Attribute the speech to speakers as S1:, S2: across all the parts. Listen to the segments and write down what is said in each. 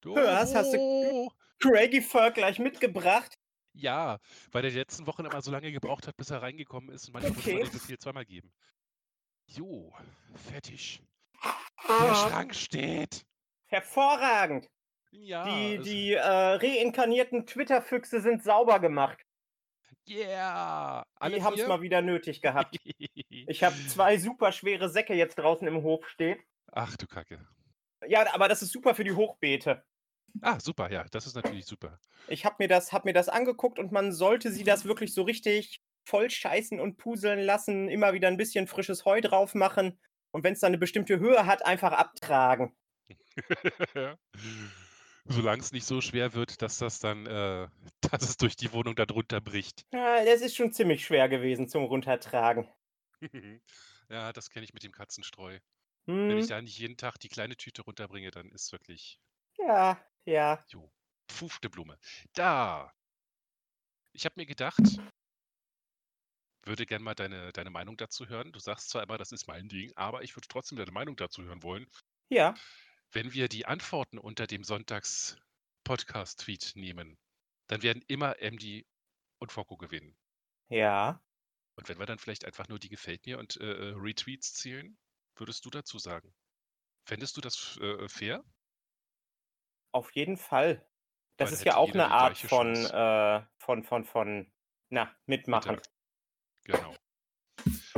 S1: Du, Oh.
S2: Hast- hast Craigie Fur gleich mitgebracht.
S1: Ja, weil der die letzten Wochen immer so lange gebraucht hat, bis er reingekommen ist. Und manchmal
S2: Okay.
S1: muss man den Befehl zweimal geben. Jo, fertig. Der Schrank steht.
S2: Hervorragend.
S1: Ja.
S2: Die,
S1: es-
S2: die äh, reinkarnierten Twitter-Füchse sind sauber gemacht.
S1: Yeah. Alle
S2: Die haben es
S1: vier?
S2: mal wieder nötig gehabt. Ich habe zwei super schwere Säcke jetzt draußen im Hof stehen.
S1: Ach du Kacke.
S2: Ja, aber das ist super für die Hochbeete.
S1: Ah, super, ja, das ist natürlich super.
S2: Ich habe mir, das- hab mir das angeguckt und man sollte sie das wirklich so richtig voll scheißen und puseln lassen, immer wieder ein bisschen frisches Heu drauf machen und wenn es dann eine bestimmte Höhe hat, einfach abtragen.
S1: Solange es nicht so schwer wird, dass das dann, äh, dass es durch die Wohnung darunter bricht.
S2: Ja, Ah, das ist schon ziemlich schwer gewesen zum Runtertragen.
S1: ja, das kenne ich mit dem Katzenstreu. Wenn ich
S2: Hm,
S1: da nicht jeden Tag die kleine Tüte runterbringe, dann ist wirklich
S2: ja, ja.
S1: Jo, pfufte Blume. Da! Ich habe mir gedacht, würde gern mal deine, deine Meinung dazu hören. Du sagst zwar immer, das ist mein Ding, aber ich würde trotzdem deine Meinung dazu hören wollen,
S2: Ja,
S1: wenn wir die Antworten unter dem Sonntags-Podcast-Tweet nehmen. Dann werden immer MD und Foko gewinnen.
S2: ja.
S1: Und wenn wir dann vielleicht einfach nur die gefällt mir und äh, äh, Retweets zählen, würdest du dazu sagen? Fändest du das äh, fair?
S2: Auf jeden Fall. Das
S1: dann
S2: ist ja
S1: hätte
S2: auch
S1: jeder
S2: eine
S1: die
S2: Art
S1: gleiche
S2: von,
S1: Chance.
S2: äh, von, von, von, na, mitmachen.
S1: Interaktion. Genau.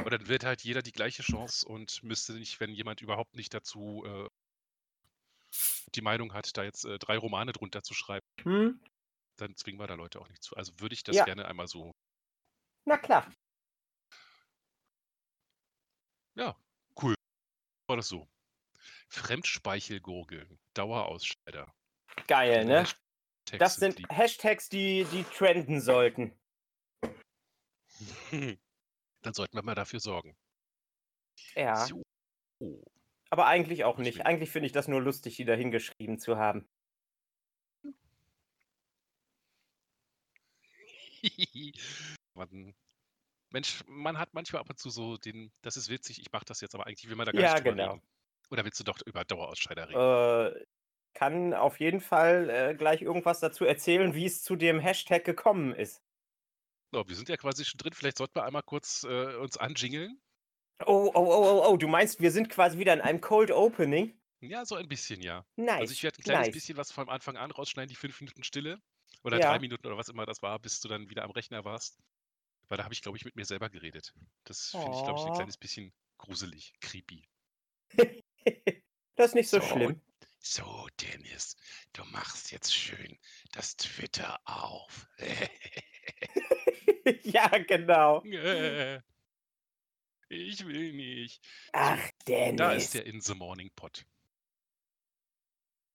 S1: Und dann wird halt jeder die gleiche Chance und müsste nicht, wenn jemand überhaupt nicht dazu äh, die Meinung hat, da jetzt äh, drei Romane drunter zu schreiben,
S2: Hm?
S1: dann zwingen wir da Leute auch nicht zu. Also würde ich das
S2: Ja.
S1: gerne einmal so.
S2: Na klar.
S1: War das so? Fremdspeichelgurgeln, Dauerausscheider.
S2: Geil,
S1: Deine
S2: ne?
S1: Hashtags
S2: Das sind
S1: lieb.
S2: Hashtags, die, die trenden sollten.
S1: Dann sollten wir mal dafür sorgen.
S2: Ja.
S1: So.
S2: Aber eigentlich auch nicht.
S1: Deswegen.
S2: Eigentlich finde ich das nur lustig, die da hingeschrieben zu haben.
S1: man, Mensch, man hat manchmal ab und zu so den, das ist witzig, ich mache das jetzt, aber eigentlich will man da gar
S2: Ja,
S1: nicht drüber
S2: genau.
S1: reden. Oder willst du doch über Dauerausscheider reden?
S2: Äh, kann auf jeden Fall äh, gleich irgendwas dazu erzählen, wie es zu dem Hashtag gekommen ist.
S1: So, wir sind ja quasi schon drin, vielleicht sollten wir einmal kurz äh, uns anjingeln.
S2: Oh, oh, oh, oh, oh, du meinst, wir sind quasi wieder in einem Cold Opening?
S1: Ja, so ein bisschen, ja.
S2: Nice.
S1: Also ich werde ein kleines
S2: nice.
S1: bisschen was vom Anfang an rausschneiden, die fünf Minuten Stille. Oder
S2: Ja.
S1: drei Minuten oder was immer das war, bis du dann wieder am Rechner warst. Weil da habe ich, glaube ich, mit mir selber geredet. Das finde ich, glaube ich, ein
S2: Oh.
S1: kleines bisschen gruselig, creepy.
S2: das ist nicht so
S1: So,
S2: schlimm.
S1: So, Dennis, du machst jetzt schön das Twitter auf.
S2: ja, genau.
S1: ich will nicht.
S2: Ach, Dennis.
S1: Da ist der In the Morning Pot.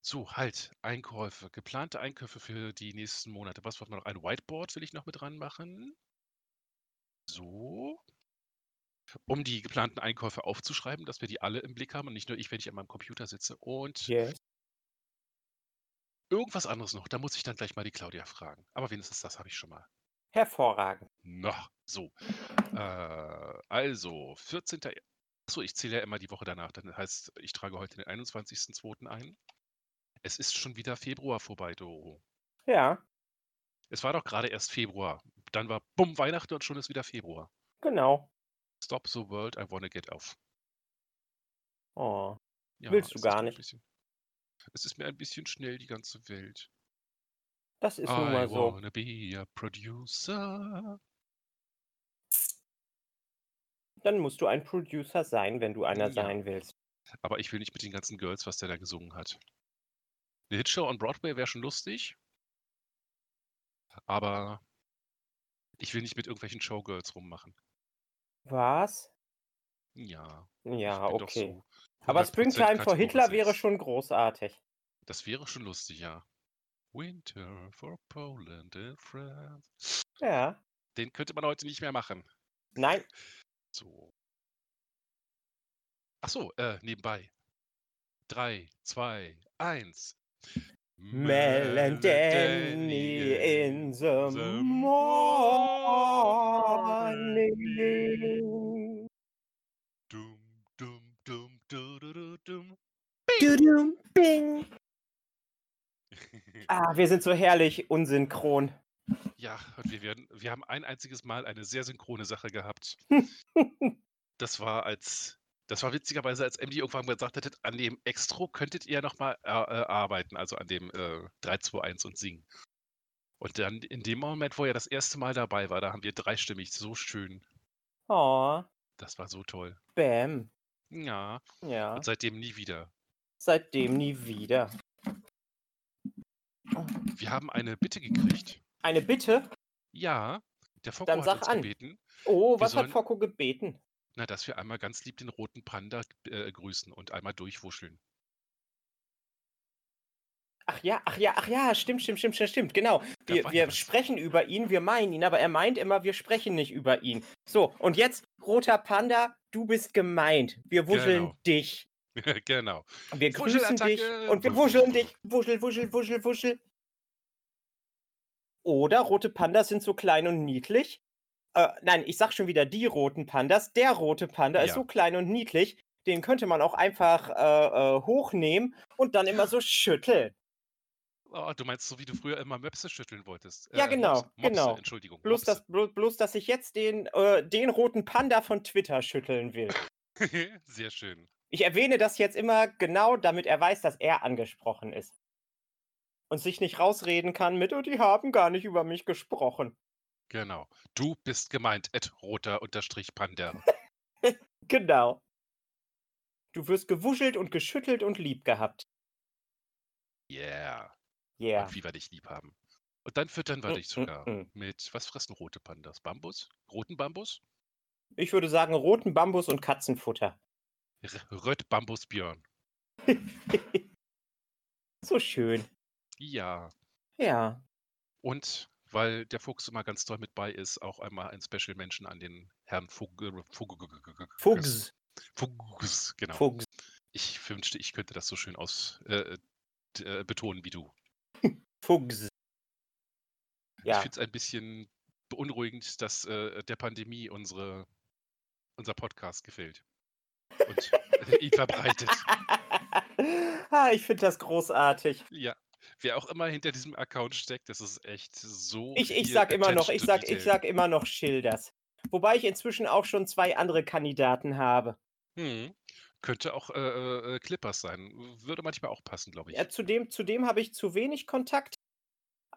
S1: So, halt, Einkäufe, geplante Einkäufe für die nächsten Monate. Was braucht man noch? Ein Whiteboard will ich noch mit ranmachen. So. Um die geplanten Einkäufe aufzuschreiben, dass wir die alle im Blick haben und nicht nur ich, wenn ich an meinem Computer sitze. Und
S2: Yes.
S1: irgendwas anderes noch. Da muss ich dann gleich mal die Claudia fragen. Aber wenigstens das habe ich schon mal.
S2: Hervorragend.
S1: Na, so. Äh, also, 14. Achso, ich zähle ja immer die Woche danach. Dann heißt, ich trage heute den 21.02. ein. Es ist schon wieder Februar vorbei, Doro.
S2: Ja,
S1: Es war doch gerade erst Februar. Dann war bumm Weihnachten und schon ist wieder Februar.
S2: genau.
S1: Stop the world, I wanna get off.
S2: Oh.
S1: Ja,
S2: Willst du
S1: es ist
S2: gar
S1: mir ein
S2: nicht.
S1: Bisschen, es ist mir ein bisschen schnell, die ganze Welt.
S2: Das ist nun mal
S1: I
S2: so.
S1: wanna be a producer.
S2: Dann musst du ein Producer sein, wenn du einer
S1: Ja.
S2: sein willst.
S1: Aber ich will nicht mit den ganzen Girls, was der da gesungen hat. Eine Hitshow on Broadway wäre schon lustig. Aber ich will nicht mit irgendwelchen Showgirls rummachen.
S2: Was?
S1: Ja.
S2: Ja,
S1: ich bin doch
S2: okay.
S1: so
S2: Aber
S1: 100%
S2: Springtime for Hitler wäre
S1: kategorisatz.
S2: schon großartig.
S1: Das wäre schon lustig, ja. Winter for Poland and France.
S2: Ja.
S1: Den könnte man heute nicht mehr machen.
S2: Nein,
S1: So. Ach so, äh, nebenbei. 3, 2, 1.
S2: Mel and Danny in the morning.
S1: Dum, dum, dum, du, du, du, dum.
S2: Dudum, bing. Ah, wir sind so herrlich unsynchron.
S1: Ja, und wir, werden, wir haben ein einziges Mal eine sehr synchrone Sache gehabt. das war als, das war witzigerweise, als Emily irgendwann gesagt hat, an dem Extro könntet ihr nochmal äh, arbeiten, also an dem äh, 321 und singen. Und dann in dem Moment, wo er das erste Mal dabei war, da haben wir dreistimmig so schön.
S2: Oh,
S1: Das war so toll.
S2: bam.
S1: Ja.
S2: Ja,
S1: Und seitdem nie wieder.
S2: seitdem nie wieder.
S1: Wir haben eine Bitte gekriegt.
S2: Eine Bitte.
S1: Ja, der Fokko
S2: Dann
S1: hat
S2: sag
S1: uns
S2: an.
S1: gebeten,
S2: Oh,
S1: Wir
S2: was hat
S1: sollen-
S2: Fokko gebeten?
S1: na, dass wir einmal ganz lieb den roten Panda äh, grüßen und einmal durchwuscheln.
S2: Ach ja, ach ja, ach ja, stimmt, stimmt, stimmt, stimmt, stimmt, genau.
S1: Da
S2: Wir,
S1: war
S2: wir
S1: was.
S2: sprechen über ihn, wir meinen ihn, aber er meint immer, wir sprechen nicht über ihn. So, und jetzt, roter Panda, du bist gemeint. Wir wuscheln
S1: Genau.
S2: dich.
S1: genau.
S2: Wir grüßen dich
S1: Wuschelattacke.
S2: und wir wuscheln dich. Wuschel, wuschel, wuschel, wuschel. Oder rote Pandas sind so klein und niedlich. Äh, nein, ich sag schon wieder die roten Pandas. Der rote Panda ist
S1: Ja.
S2: so klein und niedlich, den könnte man auch einfach äh, äh, hochnehmen und dann immer so schütteln.
S1: Oh, du meinst so, wie du früher immer Möpse schütteln wolltest. Äh,
S2: Ja, genau,
S1: Mops- Mopse,
S2: genau.
S1: Entschuldigung.
S2: Bloß, dass,
S1: Mopse.
S2: blo- bloß dass ich jetzt den, äh, den roten Panda von Twitter schütteln will.
S1: Sehr schön.
S2: Ich erwähne das jetzt immer genau, damit er weiß, dass er angesprochen ist. Und sich nicht rausreden kann mit, oh, die haben gar nicht über mich gesprochen.
S1: Genau. Du bist gemeint, Ed roter unterstrich Panda.
S2: Genau. Du wirst gewuschelt und geschüttelt und lieb gehabt.
S1: Yeah.
S2: Yeah.
S1: Und wie wir dich lieb haben. Und dann füttern wir
S2: Mm,
S1: dich
S2: mm,
S1: sogar
S2: mm.
S1: mit, was fressen rote Pandas? Bambus? Roten Bambus?
S2: Ich würde sagen, roten Bambus und Katzenfutter.
S1: R- Röt Bambus Björn.
S2: So schön.
S1: Ja.
S2: Ja.
S1: Und weil der Fuchs immer ganz toll mit bei ist, auch einmal ein Special Menschen an den Herrn äh, Vogel. Fuchs.
S2: Fuchs.
S1: Fuchs, genau.
S2: Fuchs.
S1: Ich wünschte, ich könnte das so schön aus äh, d- äh, betonen wie du.
S2: Fuchs.
S1: Ich
S2: Ja.
S1: finde es ein bisschen beunruhigend, dass äh, der Pandemie unsere, unser Podcast gefällt und ihn verbreitet.
S2: ah, ich finde das großartig.
S1: Ja. Wer auch immer hinter diesem Account steckt, das ist echt so.
S2: Ich, ich
S1: viel
S2: sag immer noch,
S1: Attention
S2: ich
S1: to
S2: sag, ich
S1: Detail.
S2: sag immer noch Schilders. Wobei ich inzwischen auch schon zwei andere Kandidaten habe.
S1: Hm. Könnte auch äh, äh, Clippers sein. Würde manchmal auch passen, glaube ich.
S2: Ja, zudem zudem habe ich Äh, zu wenig Kontakt.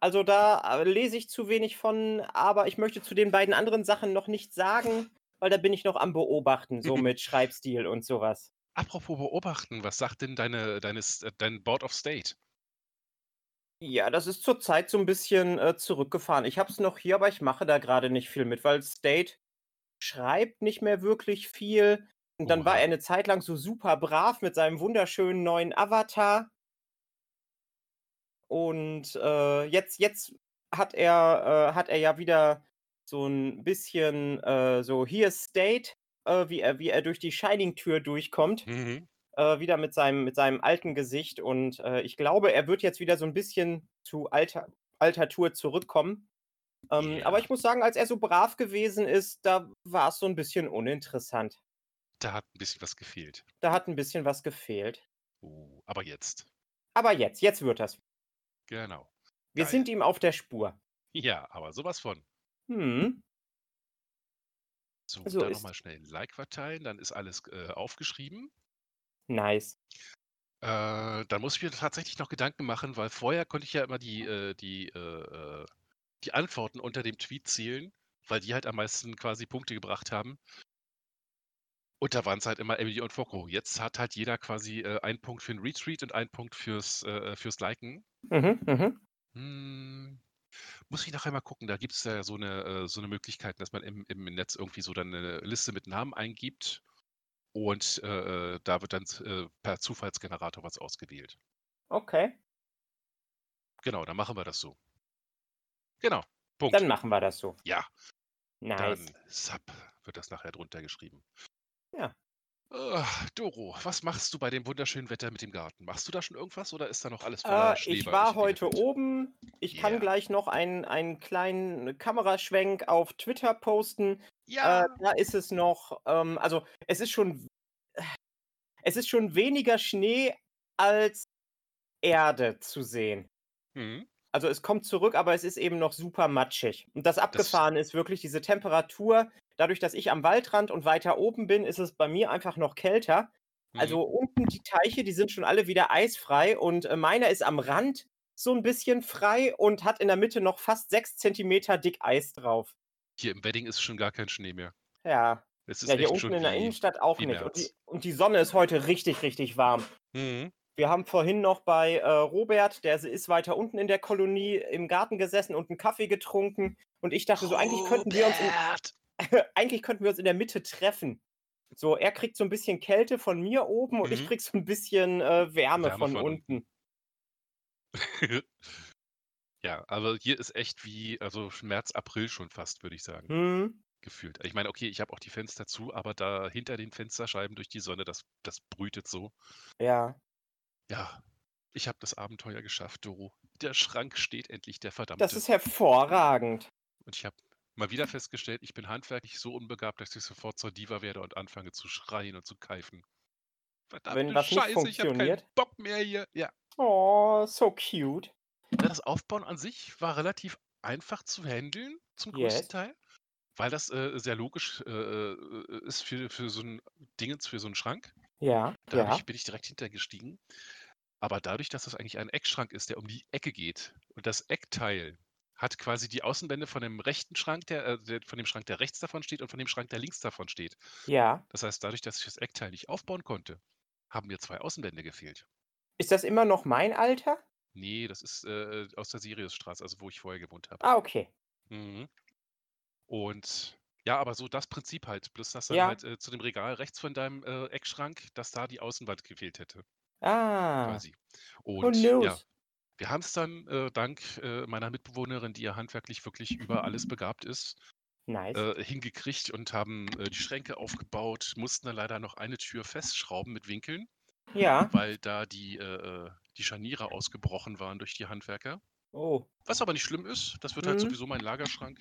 S2: Also da äh, lese ich zu wenig von, aber ich möchte zu den beiden anderen Sachen noch nichts sagen, weil da bin ich noch am Beobachten, so mit Schreibstil und sowas.
S1: Apropos beobachten, was sagt denn deine, deines, äh, dein Board of State?
S2: Ja, das ist zurzeit so ein bisschen äh, zurückgefahren. Ich habe es noch hier, aber ich mache da gerade nicht viel mit, weil State schreibt nicht mehr wirklich viel. Und dann war
S1: Oha.
S2: er eine Zeit lang so super brav mit seinem wunderschönen neuen Avatar. Und äh, jetzt, jetzt hat er, äh, hat er ja wieder so ein bisschen äh, so hier ist State, äh, wie er, wie er durch die Shining-Tür durchkommt
S1: Mhm.
S2: äh, wieder mit seinem, mit seinem alten Gesicht und äh, ich glaube, er wird jetzt wieder so ein bisschen zu alter, alter Tour zurückkommen. Ähm, Aber
S1: Ja.
S2: ich muss sagen, als er so brav gewesen ist, da war es so ein bisschen uninteressant.
S1: Da hat ein bisschen was gefehlt.
S2: Da hat ein bisschen was gefehlt.
S1: Oh, aber jetzt.
S2: Aber jetzt, jetzt wird das.
S1: Genau.
S2: Wir
S1: Geil.
S2: sind ihm auf der Spur.
S1: Ja, aber sowas von.
S2: Hm.
S1: So,
S2: So
S1: dann
S2: ist-
S1: nochmal schnell Like verteilen, dann ist alles äh, aufgeschrieben.
S2: Nice.
S1: Äh, dann muss ich mir tatsächlich noch Gedanken machen, weil vorher konnte ich ja immer die, äh, die, äh, äh, die Antworten unter dem Tweet zielen, weil die halt am meisten quasi Punkte gebracht haben. Und da waren es halt immer Emily und Foko. Jetzt hat halt jeder quasi äh, einen Punkt für den Retweet und einen Punkt fürs, äh, fürs Liken.
S2: Mhm, mhm.
S1: Hm, muss ich nachher mal gucken. Da gibt es ja so eine, äh, so eine Möglichkeit, dass man im, im Netz irgendwie so dann eine Liste mit Namen eingibt und äh, äh, da wird dann äh, per Zufallsgenerator was ausgewählt.
S2: Okay.
S1: Genau, dann machen wir das so. Genau, Punkt.
S2: Dann machen wir das so.
S1: ja,
S2: Nice.
S1: dann Sub wird das nachher drunter geschrieben.
S2: Ja.
S1: Ah, Doro, was machst du bei dem wunderschönen Wetter mit dem Garten? Machst du da schon irgendwas oder ist da noch alles voller
S2: Äh,
S1: Schnee
S2: ich
S1: bei euch
S2: war
S1: in der
S2: heute
S1: Hütte?
S2: oben. Ich kann
S1: Yeah.
S2: gleich noch einen, einen kleinen Kameraschwenk auf Twitter posten.
S1: Ja,
S2: Äh, da ist es noch, ähm, also es ist schon, es ist schon weniger Schnee als Erde zu sehen.
S1: Mhm.
S2: Also es kommt zurück, aber es ist eben noch super matschig. Und das abgefahren ist wirklich diese Temperatur. Dadurch, dass ich am Waldrand und weiter oben bin, ist es bei mir einfach noch kälter.
S1: Mhm.
S2: Also unten die Teiche, die sind schon alle wieder eisfrei und äh, meiner ist am Rand so ein bisschen frei und hat in der Mitte noch fast sechs Zentimeter dick Eis drauf.
S1: Hier im Wedding ist schon gar kein Schnee mehr.
S2: Ja,
S1: Es ist
S2: ja hier
S1: echt
S2: unten
S1: schon
S2: in der
S1: wie-
S2: Innenstadt auch
S1: wie
S2: nicht. Und die,
S1: März.
S2: und die Sonne ist heute richtig, richtig warm.
S1: Mhm.
S2: Wir haben vorhin noch bei äh, Robert, der ist weiter unten in der Kolonie, im Garten gesessen und einen Kaffee getrunken. Und ich dachte so,
S1: Oh,
S2: eigentlich könnten wir uns in,
S1: Robert!
S2: eigentlich könnten wir uns in der Mitte treffen. So, er kriegt so ein bisschen Kälte von mir oben und ich
S1: Mhm.
S2: krieg so ein bisschen äh, Wärme,
S1: Wärme
S2: von,
S1: von
S2: unten.
S1: ja, aber hier ist echt wie, also März, April schon fast, würde ich sagen,
S2: Hm.
S1: gefühlt. Ich meine, okay, ich habe auch die Fenster zu, aber da hinter den Fensterscheiben durch die Sonne, das, das brütet so.
S2: Ja.
S1: Ja, ich habe das Abenteuer geschafft, Doro. Der Schrank steht endlich, der verdammte.
S2: Das ist hervorragend.
S1: Und ich habe mal wieder festgestellt, ich bin handwerklich so unbegabt, dass ich sofort zur Diva werde und anfange zu schreien und zu keifen. Verdammte
S2: Wenn was nicht
S1: Scheiße, ich habe keinen
S2: funktioniert.
S1: Bock mehr hier. Ja,
S2: Oh, so cute.
S1: Ja, Das Aufbauen an sich war relativ einfach zu handeln, zum größten
S2: Yes.
S1: Teil, weil das äh, sehr logisch äh, äh, ist für, für so ein Dingens, für so einen Schrank.
S2: Ja,
S1: Da hab
S2: ja.
S1: ich, bin ich direkt hintergestiegen. Aber dadurch, dass das eigentlich ein Eckschrank ist, der um die Ecke geht und das Eckteil hat quasi die Außenwände von dem rechten Schrank, der, äh, der von dem Schrank, der rechts davon steht und von dem Schrank, der links davon steht.
S2: Ja.
S1: Das heißt, dadurch, dass ich das Eckteil nicht aufbauen konnte, haben mir zwei Außenwände gefehlt.
S2: Ist das immer noch mein Alter?
S1: Nee, das ist äh, aus der Siriusstraße, also wo ich vorher gewohnt habe.
S2: Ah, okay.
S1: Mhm. Und ja, aber so das Prinzip halt, bloß dass dann
S2: Ja.
S1: halt äh, zu dem Regal rechts von deinem äh, Eckschrank, dass da die Außenwand gefehlt hätte,
S2: Ah.
S1: quasi.
S2: Who
S1: Und ja,
S2: knows?
S1: wir haben es dann äh, dank äh, meiner Mitbewohnerin, die ja handwerklich wirklich über alles begabt ist,
S2: Nice.
S1: äh, hingekriegt und haben äh, die Schränke aufgebaut, mussten dann leider noch eine Tür festschrauben mit Winkeln,
S2: ja.
S1: weil da die, äh, äh, die Scharniere ausgebrochen waren durch die Handwerker.
S2: Oh.
S1: Was aber nicht schlimm ist, das wird halt
S2: Mhm.
S1: sowieso mein Lagerschrank.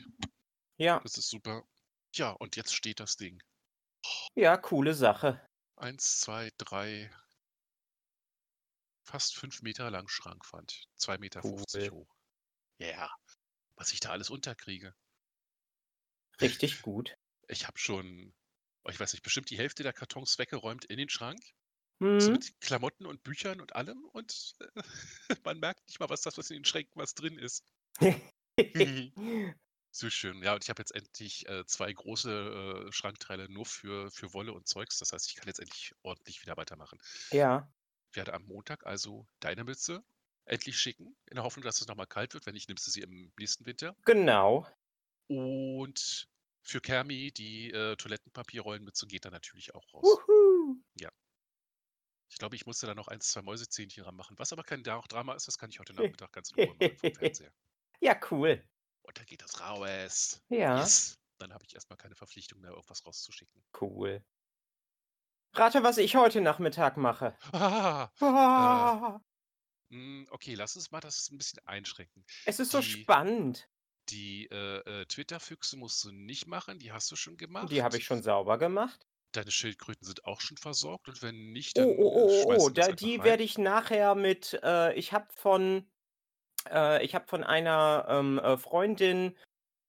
S2: Ja.
S1: Das ist super. Ja, und jetzt steht das Ding.
S2: Ja, coole Sache.
S1: Eins, zwei, drei, fast fünf Meter lang Schrankwand. Zwei Meter fünfzig
S2: Cool.
S1: hoch. Ja, was ich da alles unterkriege.
S2: Richtig gut.
S1: Ich habe schon, oh, ich weiß nicht, bestimmt die Hälfte der Kartons weggeräumt in den Schrank. So
S2: Hm.
S1: mit Klamotten und Büchern und allem. Und äh, man merkt nicht mal, was das, was in den Schränken, was drin ist. so schön. Ja, und ich habe jetzt endlich äh, zwei große äh, Schrankteile nur für, für Wolle und Zeugs. Das heißt, ich kann jetzt endlich ordentlich wieder weitermachen.
S2: ja.
S1: werde am Montag also deine Mütze endlich schicken, in der Hoffnung, dass es nochmal kalt wird. Wenn nicht, nimmst du sie im nächsten Winter.
S2: Genau.
S1: Und für Kermi die äh, Toilettenpapierrollenmütze geht dann natürlich auch raus.
S2: Wuhu.
S1: Ich glaube, ich musste da noch ein, zwei Mäusezähnchen dran machen. Was aber kein Dra- Drama ist, das kann ich heute Nachmittag ganz in Ruhe machen vom Fernseher.
S2: Ja, cool.
S1: Und dann geht das raus.
S2: Ja.
S1: Yes. Dann habe ich erstmal keine Verpflichtung mehr, irgendwas rauszuschicken.
S2: Cool. Rate, was ich heute Nachmittag mache.
S1: Ah, Äh,
S2: Ah,
S1: mm, okay, lass uns mal das ein bisschen einschränken.
S2: es ist so
S1: die-
S2: spannend.
S1: Die äh, äh, Twitter-Füchse musst du nicht machen, die hast du schon gemacht.
S2: Die habe ich schon sauber gemacht.
S1: Deine Schildkröten sind auch schon versorgt und wenn nicht,
S2: Oh,
S1: dann äh,
S2: oh, oh, oh, oh.
S1: schmeißt
S2: Da, die werde ich nachher mit. Äh, ich habe von, äh, ich habe von einer ähm, äh, Freundin,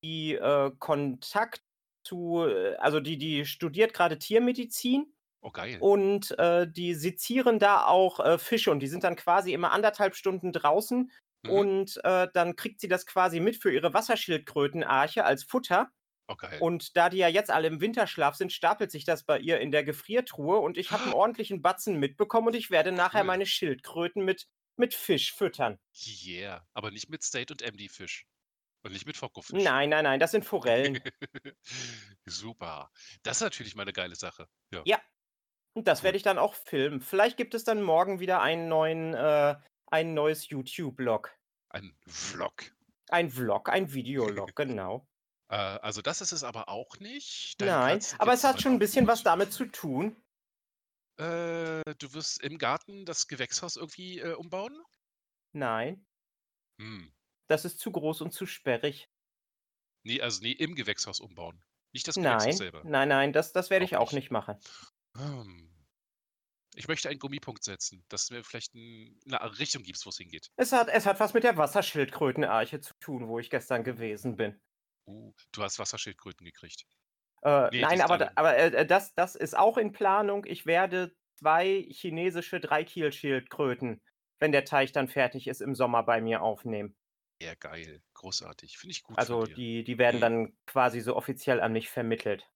S2: die äh, Kontakt zu, äh, also die, die studiert gerade Tiermedizin
S1: Oh geil.
S2: und äh, die sezieren da auch äh, Fische und die sind dann quasi immer anderthalb Stunden draußen
S1: Mhm.
S2: und äh, dann kriegt sie das quasi mit für ihre Wasserschildkrötenarche als Futter
S1: Oh geil.
S2: und da die ja jetzt alle im Winterschlaf sind, stapelt sich das bei ihr in der Gefriertruhe und ich habe einen ordentlichen Batzen mitbekommen und ich werde nachher
S1: Ah. Cool.
S2: meine Schildkröten mit, mit Fisch füttern.
S1: Yeah. Aber nicht mit State und MD Fisch. Und nicht mit Fokofisch.
S2: Nein, nein, nein, das sind Forellen.
S1: Super. Das ist natürlich mal eine geile Sache. Ja.
S2: Ja. Und das werde ich dann auch filmen. Vielleicht gibt es dann morgen wieder einen neuen, äh, ein neues YouTube-Log.
S1: Ein Vlog.
S2: Ein Vlog, ein Videolog, genau.
S1: Äh, also das ist es aber auch nicht. Deine
S2: Nein,
S1: Katzen
S2: aber es
S1: sitzen
S2: hat
S1: dann
S2: schon ein
S1: auch
S2: bisschen
S1: gut.
S2: was damit zu tun.
S1: Äh, du wirst im Garten das Gewächshaus irgendwie äh, umbauen?
S2: Nein,
S1: Hm.
S2: das ist zu groß und zu sperrig.
S1: Nee, also nee, im Gewächshaus umbauen. Nicht das Gewächshaus
S2: Nein,
S1: selber.
S2: nein, nein, das, das werde
S1: Auch
S2: ich auch
S1: nicht.
S2: nicht machen.
S1: Hm. Ähm. Ich möchte einen Gummipunkt setzen, dass du mir vielleicht ein, eine Richtung gibst, wo es hingeht.
S2: Es hat, es hat was mit der Wasserschildkrötenarche zu tun, wo ich gestern gewesen bin.
S1: Uh, du hast Wasserschildkröten gekriegt.
S2: Äh,
S1: Nee,
S2: nein,
S1: das
S2: aber,
S1: dann-
S2: da- aber äh, das, das ist auch in Planung. Ich werde zwei chinesische Dreikielschildkröten, wenn der Teich dann fertig ist, im Sommer bei mir aufnehmen.
S1: Ja, geil. Großartig. Finde ich gut.
S2: Also
S1: von dir.
S2: die, die werden dann quasi so offiziell an mich vermittelt.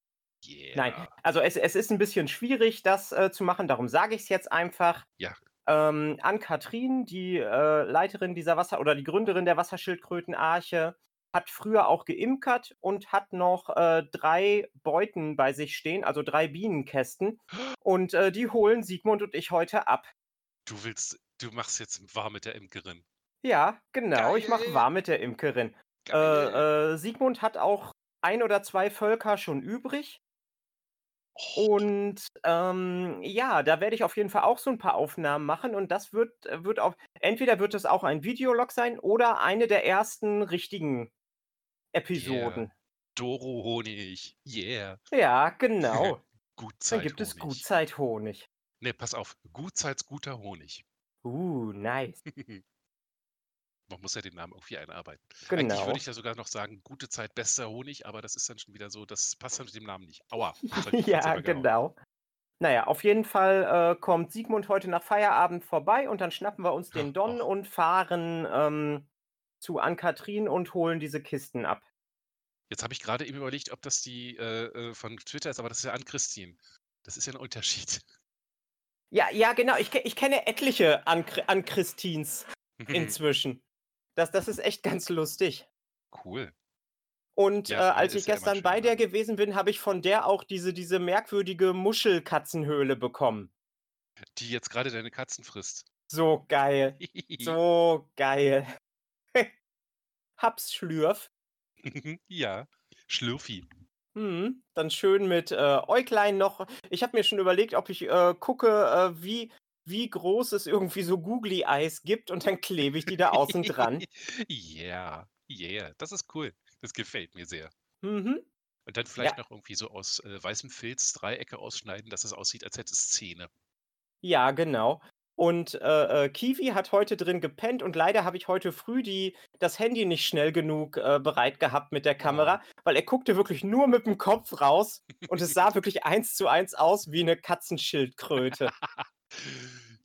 S1: Yeah.
S2: Nein, also es, es ist ein bisschen schwierig, das äh, zu machen, darum sage ich es jetzt einfach.
S1: Ja.
S2: Ähm, an Katrin, die äh, Leiterin dieser Wasser- oder die Gründerin der Wasserschildkrötenarche, hat früher auch geimkert und hat noch äh, drei Beuten bei sich stehen, also drei Bienenkästen. Und äh, die holen Sigmund und ich heute ab.
S1: Du willst, du machst jetzt warm mit der Imkerin.
S2: Ja, genau, ich mache
S1: Geil.
S2: warm mit der Imkerin. Äh, äh, Sigmund hat auch ein oder zwei Völker schon übrig. oh Und ähm, ja, da werde ich auf jeden Fall auch so ein paar Aufnahmen machen und das wird, äh, wird auch, entweder wird es auch ein Videolog sein oder eine der ersten richtigen Episoden.
S1: Doro Honig. Yeah.
S2: Ja, genau.
S1: Gutzeit
S2: Dann gibt es
S1: Honig.
S2: Gutzeithonig.
S1: Nee, pass auf. Gutzeits guter Honig.
S2: Uh, nice.
S1: Man muss ja den Namen irgendwie einarbeiten. Eigentlich
S2: Genau.
S1: würde ich ja sogar noch sagen, gute Zeit, bester Honig, aber das ist dann schon wieder so, das passt dann mit dem Namen nicht. Aua. das hat mich
S2: ja,
S1: selber gehauen.
S2: genau. Naja, auf jeden Fall äh, kommt Sigmund heute nach Feierabend vorbei und dann schnappen wir uns den Don
S1: Och.
S2: und fahren ähm, zu Ann-Kathrin und holen diese Kisten ab.
S1: Jetzt habe ich gerade eben überlegt, ob das die äh, äh, von Twitter ist, aber das ist ja an Christine. Das ist ja ein Unterschied.
S2: Ja, ja, genau. Ich, ke- ich kenne etliche an, Chri- an Christins
S1: Mhm.
S2: inzwischen. Das, das ist echt ganz lustig.
S1: cool.
S2: Und
S1: Ja,
S2: äh, als
S1: ist
S2: ich
S1: ja immer ne? ein
S2: gestern bei
S1: schöner
S2: der
S1: Name.
S2: gewesen bin, habe ich von der auch diese, diese merkwürdige Muschelkatzenhöhle bekommen.
S1: Die jetzt gerade deine Katzen frisst.
S2: So geil. So geil. Hab's schlürf.
S1: ja. Schlürfi.
S2: Hm, dann schön mit äh, Äuglein noch. Ich habe mir schon überlegt, ob ich äh, gucke, äh, wie, wie groß es irgendwie so Googly Eyes gibt und dann klebe ich die da außen dran.
S1: yeah. Yeah. Das ist cool. Das gefällt mir sehr.
S2: Mhm.
S1: Und dann vielleicht noch irgendwie so aus äh, weißem Filz Dreiecke ausschneiden, dass es aussieht, als hätte es Zähne.
S2: Ja, genau. Und äh, äh, Kiwi hat heute drin gepennt und leider habe ich heute früh die, das Handy nicht schnell genug äh, bereit gehabt mit der Kamera, weil er guckte wirklich nur mit dem Kopf raus und es sah wirklich eins zu eins aus wie eine Katzenschildkröte.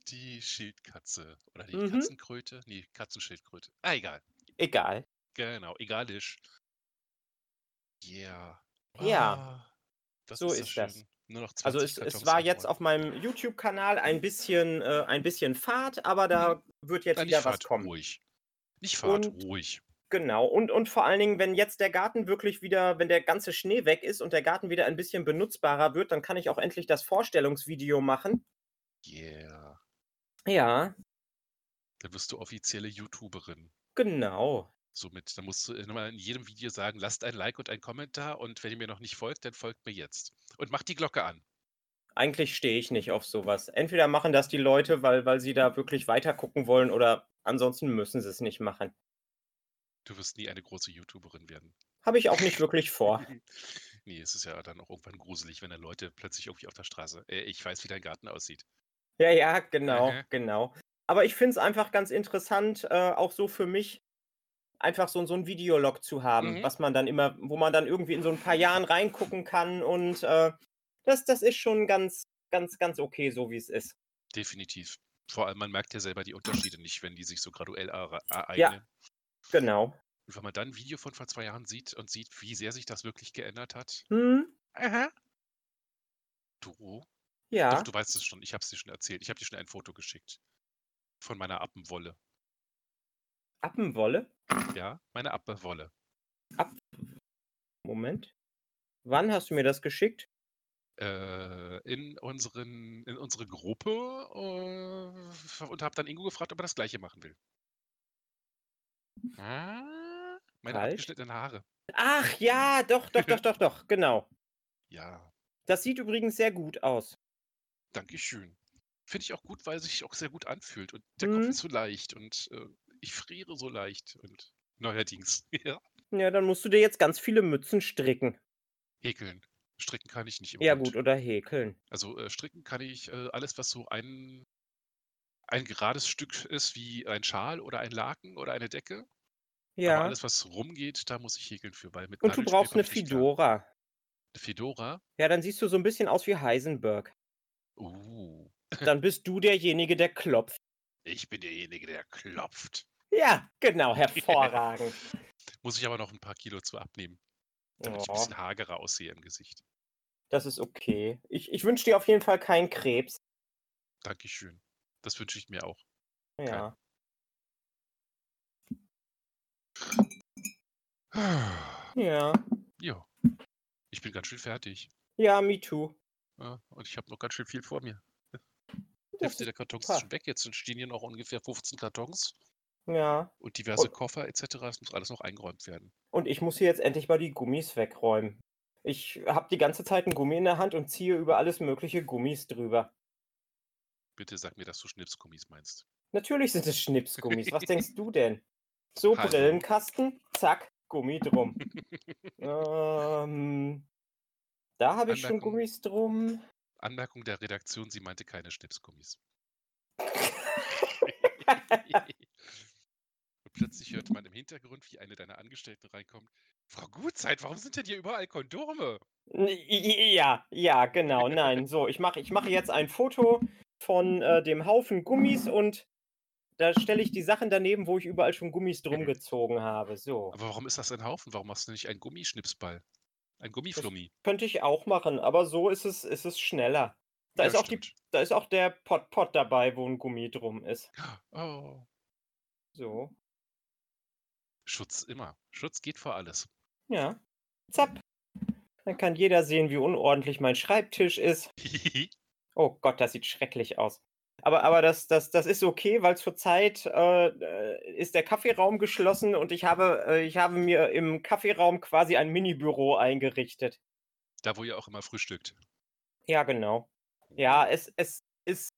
S1: Die Schildkatze. Oder die
S2: Mhm.
S1: Katzenkröte? Nee, Katzenschildkröte. Ah, egal.
S2: Egal.
S1: Genau, egalisch. Yeah.
S2: Ja.
S1: Ah, das
S2: So
S1: ja
S2: ist das.
S1: schön. Nur noch 20
S2: Also es, es
S1: Kartons
S2: war
S1: am
S2: jetzt
S1: Roll.
S2: auf meinem YouTube-Kanal ein bisschen, äh, ein bisschen Fahrt, aber da wird jetzt
S1: Ah, nicht
S2: wieder was
S1: Fahrt,
S2: kommen.
S1: ruhig. Nicht Fahrt,
S2: Und-
S1: ruhig.
S2: Genau, und, und vor allen Dingen, wenn jetzt der Garten wirklich wieder, wenn der ganze Schnee weg ist und der Garten wieder ein bisschen benutzbarer wird, dann kann ich auch endlich das Vorstellungsvideo machen.
S1: Yeah.
S2: Ja,
S1: Dann wirst du offizielle YouTuberin.
S2: genau.
S1: Somit, dann musst du nochmal in jedem Video sagen, lasst ein Like und ein Kommentar und wenn ihr mir noch nicht folgt, dann folgt mir jetzt. Und macht die Glocke an.
S2: Eigentlich stehe ich nicht auf sowas. Entweder machen das die Leute, weil, weil sie da wirklich weiter gucken wollen oder ansonsten müssen sie es nicht machen.
S1: Du wirst nie eine große YouTuberin werden.
S2: Habe ich auch nicht wirklich vor.
S1: nee, es ist ja dann auch irgendwann gruselig, wenn dann Leute plötzlich irgendwie auf der Straße, äh, ich weiß, wie dein Garten aussieht.
S2: Ja, ja, genau,
S1: Aha.
S2: genau. Aber ich finde es einfach ganz interessant, äh, auch so für mich, einfach so, so ein Videolog zu haben,
S1: Mhm.
S2: was man dann immer, wo man dann irgendwie in so ein paar Jahren reingucken kann und äh, das, das ist schon ganz, ganz, ganz okay, so wie es ist.
S1: Definitiv. Vor allem, man merkt ja selber die Unterschiede nicht, wenn die sich so graduell are-
S2: Ja.
S1: ereignen.
S2: Genau.
S1: Und wenn man dann ein Video von vor zwei Jahren sieht und sieht, wie sehr sich das wirklich geändert hat.
S2: Hm,
S1: Aha. Du,
S2: ja.
S1: Doch, du weißt es schon. Ich habe es dir schon erzählt. Ich habe dir schon ein Foto geschickt. Von meiner Appenwolle.
S2: Appenwolle.
S1: Ja, meine Appenwolle.
S2: Moment. Wann hast du mir das geschickt?
S1: Äh, in, unseren, in unsere Gruppe äh, und habe dann Ingo gefragt, ob er das gleiche machen will. Ah, Meine
S2: Hm? Falsch.
S1: abgeschnittenen Haare.
S2: Ach ja, doch, doch, doch, doch, doch, genau.
S1: Ja,
S2: Das sieht übrigens sehr gut aus.
S1: Dankeschön. Finde ich auch gut, weil es sich auch sehr gut anfühlt. Und der Kopf
S2: Mhm.
S1: ist so leicht und äh, ich friere so leicht. Und neuerdings, ja,
S2: Ja, dann musst du dir jetzt ganz viele Mützen stricken.
S1: häkeln. Stricken kann ich nicht. im
S2: Ja,
S1: Moment.
S2: gut, oder häkeln.
S1: Also äh, stricken kann ich äh, alles, was so ein, ein gerades Stück ist, wie ein Schal oder ein Laken oder eine Decke. Aber
S2: Ja.
S1: alles, was rumgeht, da muss ich häkeln für, weil mit
S2: Und du
S1: Nadelstiel
S2: brauchst
S1: komm
S2: eine
S1: ich nicht klar.
S2: Fedora.
S1: Eine Fedora?
S2: Ja, dann siehst du so ein bisschen aus wie Heisenberg.
S1: Uh,
S2: Dann bist du derjenige, der klopft.
S1: ich bin derjenige, der klopft.
S2: Ja, genau, hervorragend.
S1: Muss ich aber noch ein paar Kilo zu abnehmen, damit ich ein
S2: Ja,
S1: bisschen hagerer aussehe im Gesicht.
S2: Oh, das ist okay. Ich, ich wünsche dir auf jeden Fall keinen Krebs.
S1: Dankeschön. Das wünsche ich mir auch.
S2: Ja. Ja.
S1: Ja, ich bin ganz schön fertig.
S2: Ja, me too.
S1: Ja, und ich habe noch ganz schön viel vor mir.
S2: Das
S1: Hälfte
S2: ist,
S1: der Kartons
S2: super.
S1: ist schon weg. Jetzt stehen hier noch ungefähr 15 Kartons
S2: ja.
S1: und diverse
S2: Und-
S1: Koffer etc. Es muss alles noch eingeräumt werden.
S2: Und ich muss hier jetzt endlich mal die Gummis wegräumen. Ich habe die ganze Zeit einen Gummi in der Hand und ziehe über alles mögliche Gummis drüber.
S1: Bitte sag mir, dass du Schnipsgummis meinst.
S2: Natürlich sind es Schnipsgummis. Was denkst du denn? So,
S1: Hallo.
S2: Brillenkasten, zack, Gummi drum. ähm, da habe ich schon
S1: Anmerkung.
S2: Gummis drum.
S1: Anmerkung der Redaktion, sie meinte keine Schnipsgummis. Und plötzlich hört man im Hintergrund, wie eine deiner Angestellten reinkommt. Frau Gutzeit, warum sind denn hier überall Kondome?
S2: N- i- i- Ja, ja, genau. Nein, so, ich mache ich mache jetzt ein Foto von äh, dem Haufen Gummis und da stelle ich die Sachen daneben, wo ich überall schon Gummis drum
S1: Mhm.
S2: gezogen habe. So.
S1: Aber warum ist das ein Haufen? Warum machst du nicht einen Gummischnipsball? Ein Gummiflummi.
S2: Könnte ich auch machen, aber so ist es, ist es schneller. Da,
S1: Ja,
S2: ist auch die,
S1: stimmt.
S2: da ist auch der Pott-Pott dabei, wo ein Gummi drum ist.
S1: Oh,
S2: So,
S1: Schutz immer. Schutz geht vor alles.
S2: ja. Zapp. Dann kann jeder sehen, wie unordentlich mein Schreibtisch ist. Oh Gott, das sieht schrecklich aus. Aber, aber das, das, das ist okay, weil zurzeit äh, äh, ist der Kaffeeraum geschlossen und ich habe, äh, ich habe mir im Kaffeeraum quasi ein Minibüro eingerichtet.
S1: da, wo ihr auch immer frühstückt.
S2: Ja, genau. Ja, es, es ist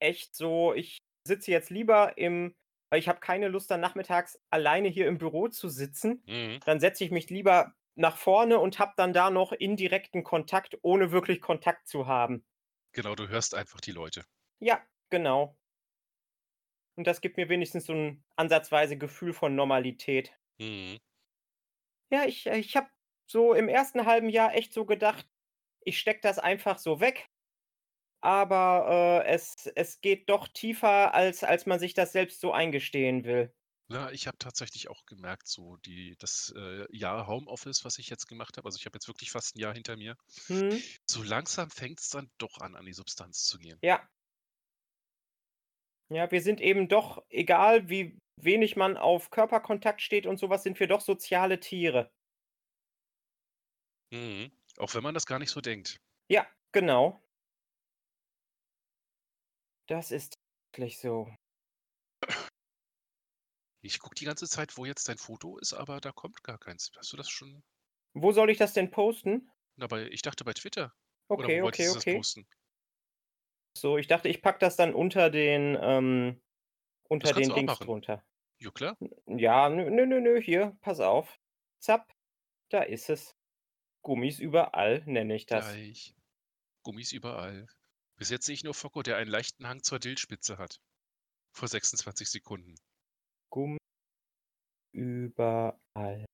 S2: echt so, ich sitze jetzt lieber im, weil ich habe keine Lust, dann nachmittags alleine hier im Büro zu sitzen.
S1: Mhm.
S2: Dann setze ich mich lieber nach vorne und habe dann da noch indirekten Kontakt, ohne wirklich Kontakt zu haben.
S1: Genau, du hörst einfach die Leute.
S2: Ja, genau. Und das gibt mir wenigstens so ein ansatzweise Gefühl von Normalität.
S1: Mhm.
S2: Ja, ich, äh, ich habe so im ersten halben Jahr echt so gedacht, ich stecke das einfach so weg. Aber äh, es, es geht doch tiefer, als, als man sich das selbst so eingestehen will.
S1: Na, ich habe tatsächlich auch gemerkt, so die, das äh, Jahr Homeoffice, was ich jetzt gemacht habe, also ich habe jetzt wirklich fast ein Jahr hinter mir,
S2: Hm?
S1: so langsam fängt es dann doch an, an die Substanz zu gehen.
S2: Ja. Ja, wir sind eben doch, egal wie wenig man auf Körperkontakt steht und sowas, sind wir doch soziale Tiere.
S1: Mhm. Auch wenn man das gar nicht so denkt.
S2: Ja, genau. Das ist wirklich so.
S1: Ich gucke die ganze Zeit, wo jetzt dein Foto ist, aber da kommt gar keins. Hast du das schon?
S2: Wo soll ich das denn posten?
S1: Dabei, ich dachte bei Twitter. Oder
S2: Okay,
S1: wo
S2: okay,
S1: wolltest du das
S2: okay.
S1: posten?
S2: So, ich dachte, ich packe das dann unter den, ähm, unter
S1: kannst
S2: den
S1: du auch
S2: Dings
S1: machen.
S2: drunter.
S1: Jo, klar.
S2: Ja, nö, nö, nö, nö, hier, pass auf. Zapp, da ist es. Gummis überall, nenne ich das.
S1: Gleich. Gummis überall. Bis jetzt sehe ich nur Focko, der einen leichten Hang zur Dillspitze hat. Vor 26 Sekunden.
S2: Gummis überall.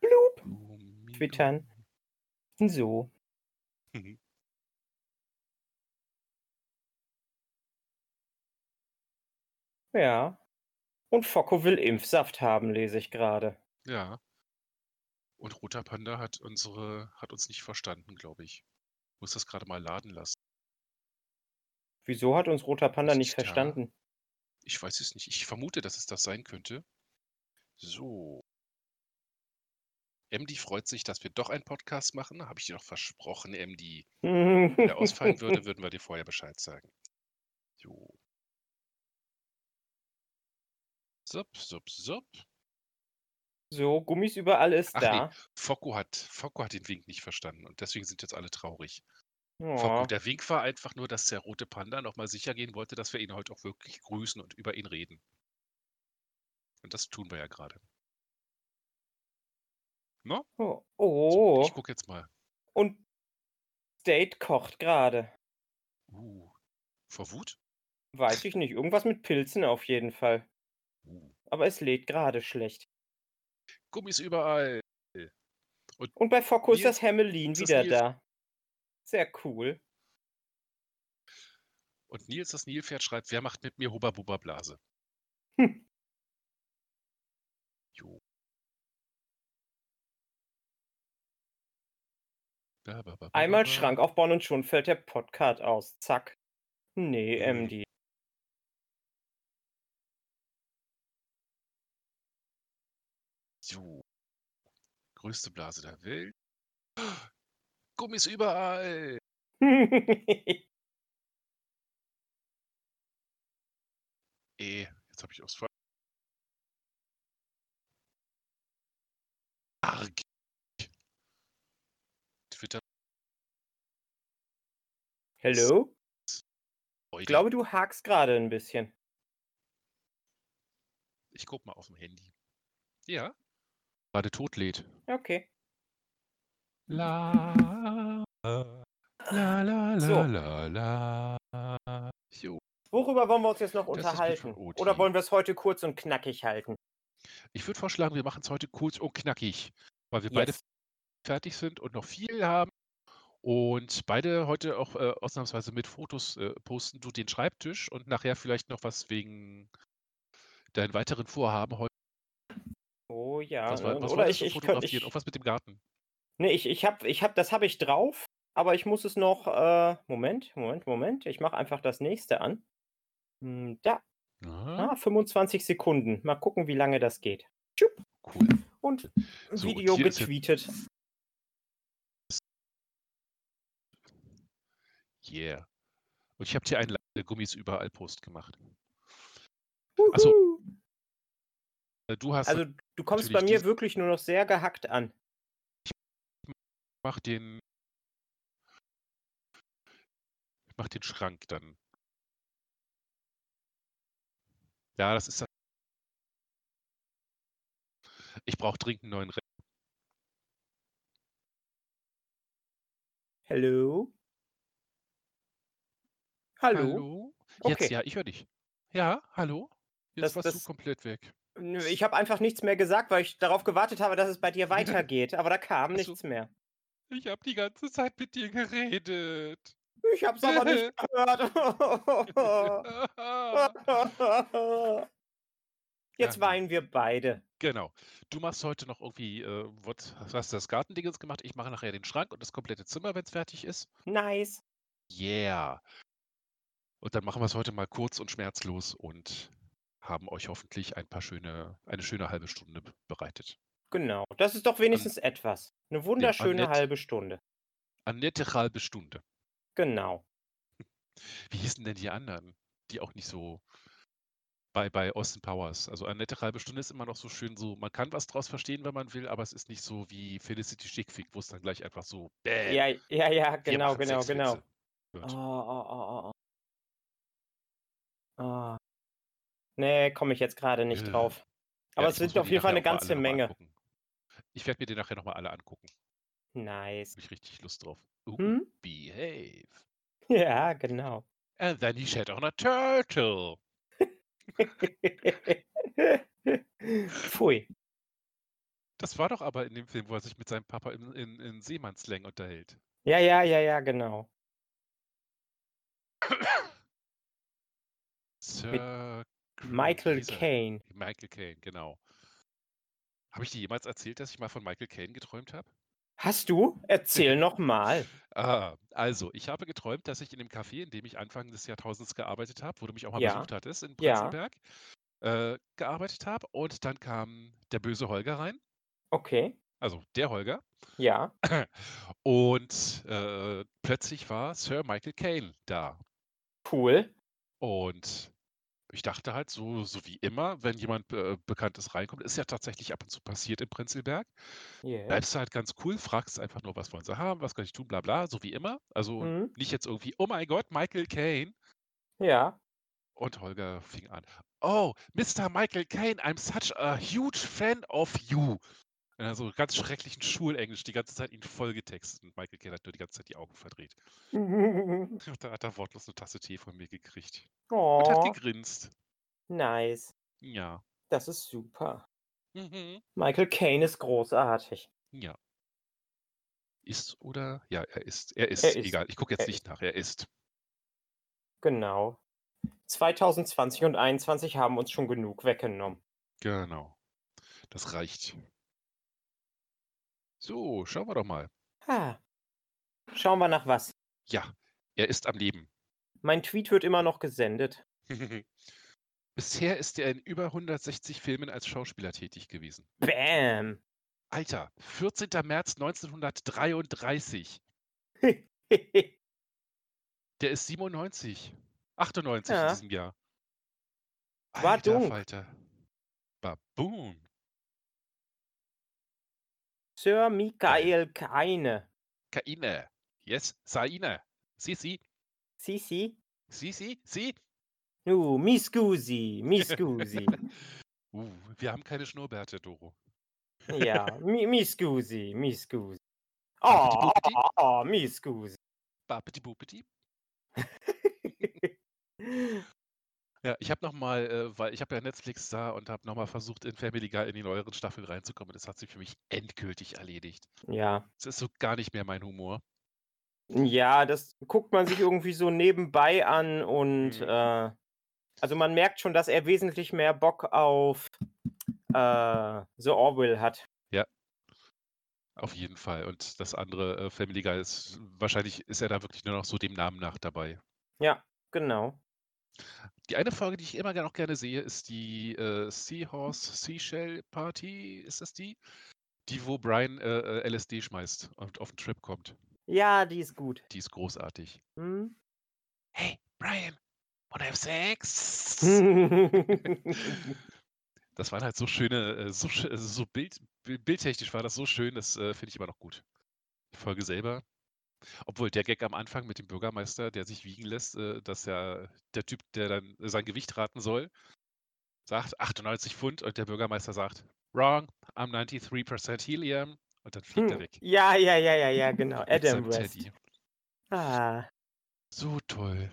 S2: Bloop,
S1: Gummi,
S2: twittern. So.
S1: Gummi.
S2: Ja. Und Focko will Impfsaft haben, lese ich gerade.
S1: Ja. Und Roter Panda hat unsere, hat uns nicht verstanden, glaube ich. Muss das gerade mal laden lassen.
S2: Wieso hat uns Roter Panda nicht
S1: Ist ja-
S2: verstanden?
S1: Ich weiß es nicht. Ich vermute, dass es das sein könnte. So. MD freut sich, dass wir doch einen Podcast machen. Habe ich dir doch versprochen, MD. Wenn der ausfallen würde, würden wir dir vorher Bescheid sagen. So. Sup, sup, sup.
S2: So, Gummis überall ist
S1: Ach nee,
S2: da.
S1: Focko hat, Focko hat den Wink nicht verstanden und deswegen sind jetzt alle traurig. Focko,
S2: Ja.
S1: der Wink war einfach nur, dass der rote Panda nochmal sicher gehen wollte, dass wir ihn heute auch wirklich grüßen und über ihn reden. Und das tun wir ja gerade.
S2: Oh.
S1: So,
S2: oh.
S1: ich gucke jetzt mal.
S2: Und Date kocht gerade.
S1: Uh, vor Wut?
S2: Weiß ich nicht. Irgendwas mit Pilzen auf jeden Fall.
S1: Uh.
S2: Aber es lädt gerade schlecht.
S1: Gummis überall.
S2: Und bei Focus ist
S1: Nils-
S2: das Hemmelin
S1: ist das
S2: wieder
S1: Nils?
S2: da. Sehr cool.
S1: Und Nils, das Nilpferd, schreibt, wer macht mit mir Hubba-Bubba-Blase?
S2: Hm.
S1: Jo. Ba, ba, ba, ba,
S2: Einmal
S1: ba, ba.
S2: Schrank aufbauen und schon fällt der Podcast aus. Zack. Nee, MD.
S1: Jo. Größte Blase der Welt. Gummis überall. Eh, jetzt habe ich aufs Fall. Arg. Twitter.
S2: Hello?
S1: Freude.
S2: Ich glaube, du hakst gerade ein bisschen.
S1: Ich guck mal auf dem Handy. Ja. Gerade tot lädt.
S2: Okay.
S1: La. La la la
S2: So.
S1: la la. Jo.
S2: Worüber wollen wir uns jetzt noch
S1: Das ist gut für
S2: unterhalten?
S1: OT.
S2: Oder wollen wir es heute kurz und knackig halten?
S1: Ich würde vorschlagen, wir machen es heute kurz und knackig, weil wir beide
S2: Yes.
S1: fertig sind und noch viel haben. Und beide heute auch äh, ausnahmsweise mit Fotos äh, posten. Du den Schreibtisch und nachher vielleicht noch was wegen deinen weiteren Vorhaben heute.
S2: Oh ja.
S1: was, war-
S2: ne?
S1: was
S2: Oder
S1: wolltest
S2: ich,
S1: du
S2: ich, könnt-
S1: fotografieren?
S2: ich,
S1: Irgendwas mit dem Garten.
S2: Nee, ich, ich hab, ich hab, das habe ich drauf, aber ich muss es noch. Äh, Moment, Moment, Moment. Ich mache einfach das nächste an. Hm, Da,
S1: Ah,
S2: ah, 25 Sekunden. Mal gucken, wie lange das geht. Tschupp.
S1: cool.
S2: Und
S1: So, und
S2: Video
S1: hier ist jetzt-
S2: getweetet.
S1: Yeah. Und ich habe dir einen Le- Gummis überall Post gemacht. so.
S2: Wuhu.
S1: Äh, Du hast
S2: Also, du kommst bei
S1: natürlich
S2: mir
S1: dies-
S2: wirklich nur noch sehr gehackt an.
S1: mach den mach den Schrank dann. Ja, das ist das. Ich brauche dringend einen neuen Re
S2: Hello? Hallo?
S1: Jetzt
S2: Okay.
S1: ja, ich höre dich. Ja, hallo?
S2: Das-
S1: Jetzt warst
S2: das-
S1: du komplett weg.
S2: Nö, Ich habe einfach nichts mehr gesagt, weil ich darauf gewartet habe, dass es bei dir weitergeht. Aber da kam
S1: Ach so.
S2: nichts mehr.
S1: Ich habe die ganze Zeit mit dir geredet.
S2: Ich hab's aber nicht gehört. Jetzt
S1: Ja, nee.
S2: weinen wir beide.
S1: Genau. Du machst heute noch irgendwie, äh, was hast du das Gartending jetzt gemacht? Ich mache nachher den Schrank und das komplette Zimmer, wenn es fertig ist.
S2: Nice.
S1: Yeah. Und dann machen wir es heute mal kurz und schmerzlos und haben euch hoffentlich ein paar schöne, eine schöne halbe Stunde b- bereitet.
S2: Genau. Das ist doch wenigstens etwas. Eine wunderschöne
S1: nett.
S2: halbe Stunde.
S1: Eine nette halbe Stunde.
S2: Genau.
S1: Wie hießen denn die anderen, die auch nicht so bei, bei Austin Powers? Also eine nette halbe Stunde ist immer noch so schön so, man kann was draus verstehen, wenn man will, aber es ist nicht so wie Felicity Schickfick, wo es dann gleich einfach so, bäh,
S2: Ja, ja, ja,
S1: wir
S2: genau,
S1: machen
S2: genau,
S1: Sexwitze
S2: genau. Oh,
S1: wird.
S2: oh, oh, oh, oh. Ah. Nee, komme ich jetzt gerade nicht
S1: Äh,
S2: drauf.
S1: Ja,
S2: Aber
S1: ich muss
S2: es sind
S1: mir
S2: auf
S1: die
S2: jeden Fall
S1: nachher
S2: eine
S1: auch mal alle
S2: ganze
S1: noch mal
S2: Menge.
S1: angucken. Ich werde mir die nachher nochmal alle angucken.
S2: Nice.
S1: Habe ich richtig Lust drauf. Uh,
S2: Hm?
S1: Behave.
S2: Ja, genau.
S1: And then he shed on a turtle.
S2: Pfui.
S1: Das war doch aber in dem Film, wo er sich mit seinem Papa in, in, in Seemannslang unterhält.
S2: Ja, ja, ja, ja, genau.
S1: Sir
S2: Michael
S1: Caine.
S2: Caine.
S1: Michael Caine, genau. Habe ich dir jemals erzählt, dass ich mal von Michael Caine geträumt habe?
S2: Hast du? Erzähl nochmal.
S1: Ah, also, ich habe geträumt, dass ich in dem Café, in dem ich Anfang des Jahrtausends gearbeitet habe, wo du mich auch mal
S2: Ja.
S1: besucht hattest in
S2: Ja.
S1: Prenzlberg, äh, gearbeitet habe. Und dann kam der böse Holger rein.
S2: Okay.
S1: Also der Holger.
S2: Ja.
S1: Und äh, plötzlich war Sir Michael Caine da.
S2: Cool.
S1: Und ich dachte halt, so, so wie immer, wenn jemand äh, Bekanntes reinkommt, ist ja tatsächlich ab und zu passiert in Prenzlberg,
S2: Yeah.
S1: bleibst du halt ganz cool, fragst einfach nur, was wollen sie haben, was kann ich tun, bla bla, so wie immer. Also
S2: Hm?
S1: nicht jetzt irgendwie, oh mein Gott, Michael Caine.
S2: Ja.
S1: Und Holger fing an, oh, Mr. Michael Caine, I'm such a huge fan of you. In einer so ganz schrecklichen Schulenglisch die ganze Zeit ihn vollgetextet und Michael Kelly hat nur die ganze Zeit die Augen verdreht. Und da hat er wortlos eine Tasse Tee von mir gekriegt. Und hat
S2: oh,
S1: gegrinst.
S2: nice.
S1: Ja.
S2: Das ist super.
S1: Mhm.
S2: Michael Caine ist großartig.
S1: Ja. Ist oder? Ja, er ist. Er ist.
S2: Er ist.
S1: Egal. Ich gucke jetzt
S2: Er
S1: nicht nach. Er ist.
S2: Genau. 2020 und 2021 haben uns schon genug weggenommen.
S1: Genau. Das reicht. So, schauen wir doch mal.
S2: Ha. Schauen wir nach was.
S1: Ja, er ist am Leben.
S2: Mein Tweet wird immer noch gesendet.
S1: Bisher ist er in über 160 Filmen als Schauspieler tätig gewesen.
S2: Bam.
S1: Alter, 14. März 1933. Der ist 97. 98
S2: Ja.
S1: in diesem Jahr.
S2: War
S1: Alter
S2: dunk.
S1: Falter. Baboom.
S2: Sir Michael Keine.
S1: Kaine. Yes, Saine. Si, si.
S2: Sisi.
S1: Si, si, si.
S2: Nu, mi scusi, mi scusi.
S1: Uh, wir haben keine Schnurrbärte, Doro.
S2: ja, mi, mi scusi, mi scusi.
S1: Ah,
S2: Oh,
S1: bitte, bitte.
S2: oh, oh, mi scusi.
S1: Babidi bubidi. Ja, ich habe nochmal, äh, weil ich habe ja Netflix da und habe nochmal versucht, in Family Guy in die neueren Staffeln reinzukommen. Das hat sich für mich endgültig erledigt.
S2: ja.
S1: Es ist so gar nicht mehr mein Humor.
S2: Ja, das guckt man sich irgendwie so nebenbei an und
S1: Mhm.
S2: äh, also man merkt schon, dass er wesentlich mehr Bock auf äh, The Orwell hat.
S1: Auf jeden Fall. Und das andere äh, Family Guy ist, wahrscheinlich ist er da wirklich nur noch so dem Namen nach dabei.
S2: Genau.
S1: Die eine Folge, die ich immer gerne- noch gerne sehe, ist die äh, Seahorse Seashell Party. Ist das die? Die, wo Brian äh, äh, LSD schmeißt und auf den Trip kommt.
S2: Ja, die ist gut.
S1: Die ist großartig.
S2: Hm?
S1: Hey, Brian, wanna have sex?
S2: Hm.
S1: Das waren halt so schöne, äh, so, schö- also so bild, bi- bildtechnisch war das so schön, das äh, finde ich immer noch gut. Die Folge selber. Obwohl der Gag am Anfang mit dem Bürgermeister, der sich wiegen lässt, äh, dass ja der Typ, der dann sein Gewicht raten soll, sagt 98 Pfund und der Bürgermeister sagt, wrong, I'm 93% Helium. Und dann fliegt er weg.
S2: ja, ja, ja, ja, ja, genau.
S1: mit
S2: Hm, Adam
S1: seinem
S2: West.
S1: Teddy.
S2: Ah,
S1: So toll.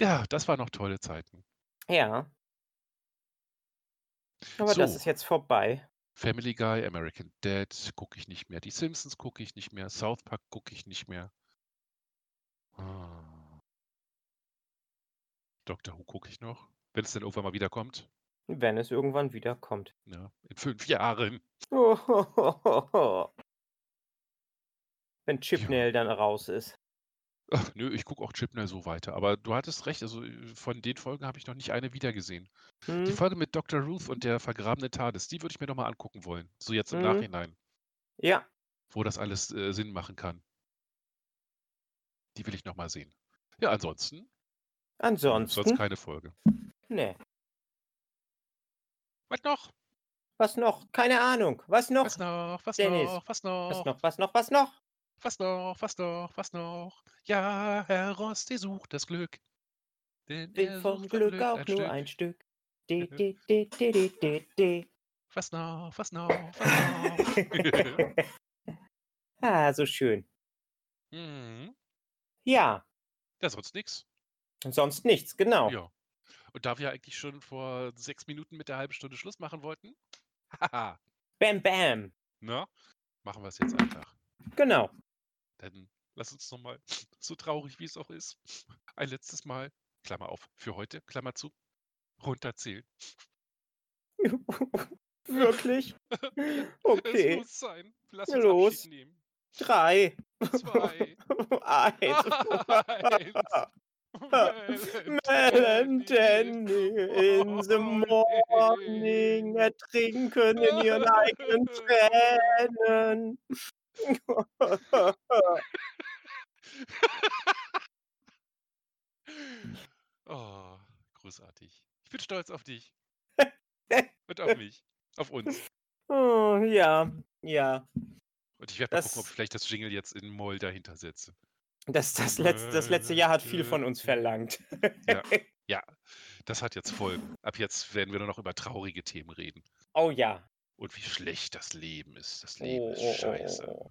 S1: Ja, das waren noch tolle Zeiten.
S2: ja. Aber das
S1: So.
S2: ist jetzt vorbei.
S1: Family Guy, American Dad gucke ich nicht mehr. Die Simpsons gucke ich nicht mehr. South Park gucke ich nicht mehr. Ah. Doctor Who gucke ich noch. Wenn es denn irgendwann mal wiederkommt.
S2: Wenn es irgendwann wieder kommt.
S1: Ja, in fünf Jahren.
S2: Wenn
S1: Ja.
S2: Chipnail dann raus ist.
S1: Ach, nö, ich gucke auch Chipner so weiter. Aber du hattest recht. Also äh, von den Folgen habe ich noch nicht eine wiedergesehen. Die
S2: Hm?
S1: Folge mit Dr. Ruth und der vergrabenen TARDIS, die würde ich mir nochmal angucken wollen. So jetzt im
S2: Mhm.
S1: Nachhinein,
S2: Ja,
S1: wo das alles äh, Sinn machen kann. Die will ich nochmal sehen. Ja, ansonsten.
S2: ansonsten. ne.
S1: Sonst keine Folge.
S2: nee.
S1: Was noch?
S2: Was noch? Keine Ahnung. Was noch?
S1: Was noch? Was
S2: Dennis,
S1: noch? Was noch?
S2: Was noch? Was noch? Was noch?
S1: Was noch? Was noch? Was noch? Ja, Herr Rosti sucht das Glück. Denn
S2: Will vom Glück auch nur
S1: Stück. Mhm.
S2: ein Stück. Di, di, di, di, di, di, di.
S1: Was noch? Was noch? Was noch?
S2: ah, so schön.
S1: mhm.
S2: Ja,
S1: Ja, sonst nix.
S2: sonst nichts, genau.
S1: Ja. Und da wir eigentlich schon vor sechs Minuten mit der halben Stunde Schluss machen wollten, haha,
S2: Bam, bam.
S1: na, machen wir es jetzt einfach.
S2: Genau.
S1: Denn lass uns nochmal, so traurig wie es auch ist, ein letztes Mal, Klammer auf, für heute, Klammer zu, runterzählen.
S2: Wirklich?
S1: Es
S2: Okay.
S1: muss sein. Lass
S2: Na
S1: uns
S2: los.
S1: Abschied nehmen.
S2: Drei.
S1: Zwei. Ah,
S2: Eins.
S1: eins.
S2: Mel und Danny in the
S1: Oh.
S2: morning ertrinken in ihren eigenen Tränen.
S1: Oh, großartig. Ich bin stolz auf dich. Und auf mich. Auf uns.
S2: Oh, ja, ja.
S1: Und ich werde mal gucken, ob ich
S2: Das-
S1: vielleicht das Jingle jetzt in Moll dahinter setze.
S2: Das, das, letzte, das letzte Jahr hat viel von uns verlangt.
S1: Ja. Ja, das hat jetzt Folgen. Ab jetzt werden wir nur noch über traurige Themen reden.
S2: Oh ja.
S1: Und wie schlecht das Leben ist. Das Leben ist scheiße.
S2: oh.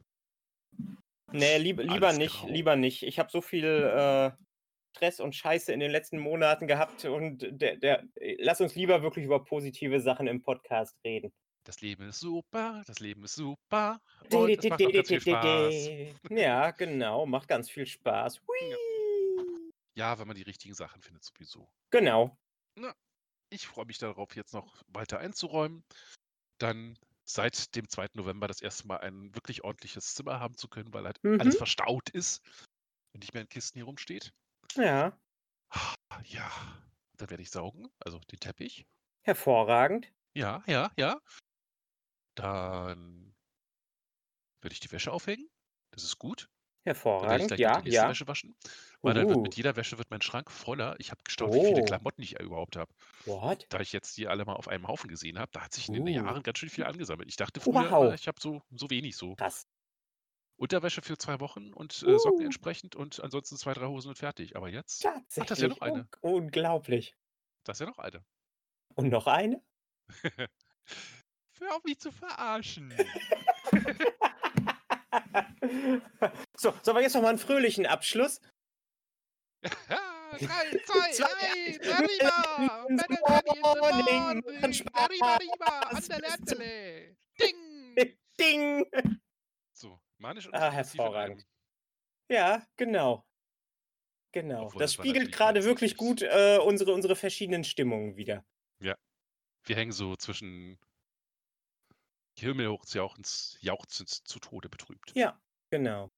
S2: Nee, lieb, lieber
S1: Alles
S2: nicht,
S1: grau.
S2: lieber nicht. Ich habe so viel äh, Stress und Scheiße in den letzten Monaten gehabt und der, der, lass uns lieber wirklich über positive Sachen im Podcast reden.
S1: Das Leben ist super, das Leben ist super. Und es macht auch ganz viel Spaß.
S2: Ja, genau, macht ganz viel Spaß. Hui.
S1: Ja, wenn man die richtigen Sachen findet, sowieso.
S2: Genau.
S1: Ich freue mich darauf, jetzt noch weiter einzuräumen. Dann seit dem 2. November das erste Mal ein wirklich ordentliches Zimmer haben zu können, weil halt alles
S2: Mhm.
S1: verstaut ist und nicht mehr in Kisten hier rumsteht.
S2: Ja,
S1: Ah, Ja, dann werde ich saugen, also den Teppich.
S2: hervorragend.
S1: Ja, ja, ja. Dann werde ich die Wäsche aufhängen. Das ist gut. Dann werde ich
S2: Hervorragend.
S1: gleich noch
S2: Ja,
S1: die nächste
S2: ja. Uh,
S1: Wäsche waschen. Weil dann wird
S2: Uhu.
S1: mit jeder Wäsche wird mein Schrank voller. Ich habe gestaunt, wie viele
S2: Oh.
S1: Klamotten ich überhaupt habe.
S2: What?
S1: Da ich jetzt die alle mal auf einem Haufen gesehen habe, da hat sich in den
S2: Uh.
S1: Jahren ganz schön viel angesammelt. Ich dachte früher,
S2: Wow.
S1: äh, ich habe so, so wenig so.
S2: Krass.
S1: Unterwäsche für zwei Wochen und äh, Socken
S2: Uh.
S1: entsprechend und ansonsten zwei, drei Hosen und fertig. Aber jetzt,
S2: Tatsächlich.
S1: ist ja noch eine.
S2: Un- Unglaublich.
S1: da ist ja noch eine.
S2: Und noch eine?
S1: Hör auf mich zu verarschen.
S2: so, sollen wir jetzt noch mal einen fröhlichen Abschluss?
S1: 3, 2, 1, arriba!
S2: Ins
S1: Benedetto in
S2: Morning,
S1: the
S2: macht
S1: morning,
S2: Spaß.
S1: arriba, arriba,
S2: Bis zum-
S1: andele, andele, ding!
S2: Ding!
S1: So, manisch und depressiv
S2: Ah,
S1: in einem.
S2: hervorragend. Ja, genau. Genau.
S1: Obwohl,
S2: das
S1: das war
S2: spiegelt
S1: natürlich beides
S2: gerade wirklich
S1: nicht
S2: gut äh, unsere, unsere verschiedenen Stimmungen wieder.
S1: Wir hängen so zwischen Himmelhochjauchzens, jauchzens zu Tode betrübt.
S2: Ja, genau.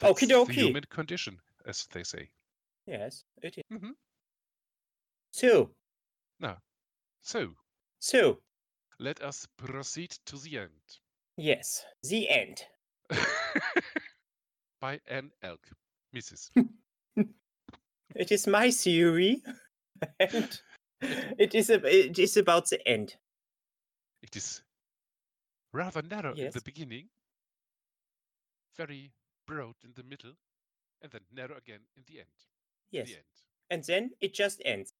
S1: That's
S2: Okidoki.
S1: The human condition, as they say.
S2: Yes, it is.
S1: Mhm.
S2: So,
S1: So,
S2: so,
S1: let us proceed to the end.
S2: yes, the end.
S1: By Anne Elk, Mrs.
S2: It is my theory. And it is, ab- it is about the end.
S1: It is rather narrow in the
S2: Yes.
S1: beginning, very broad in the middle, and then narrow again in the end.
S2: Yes.
S1: The end.
S2: And then it just ends.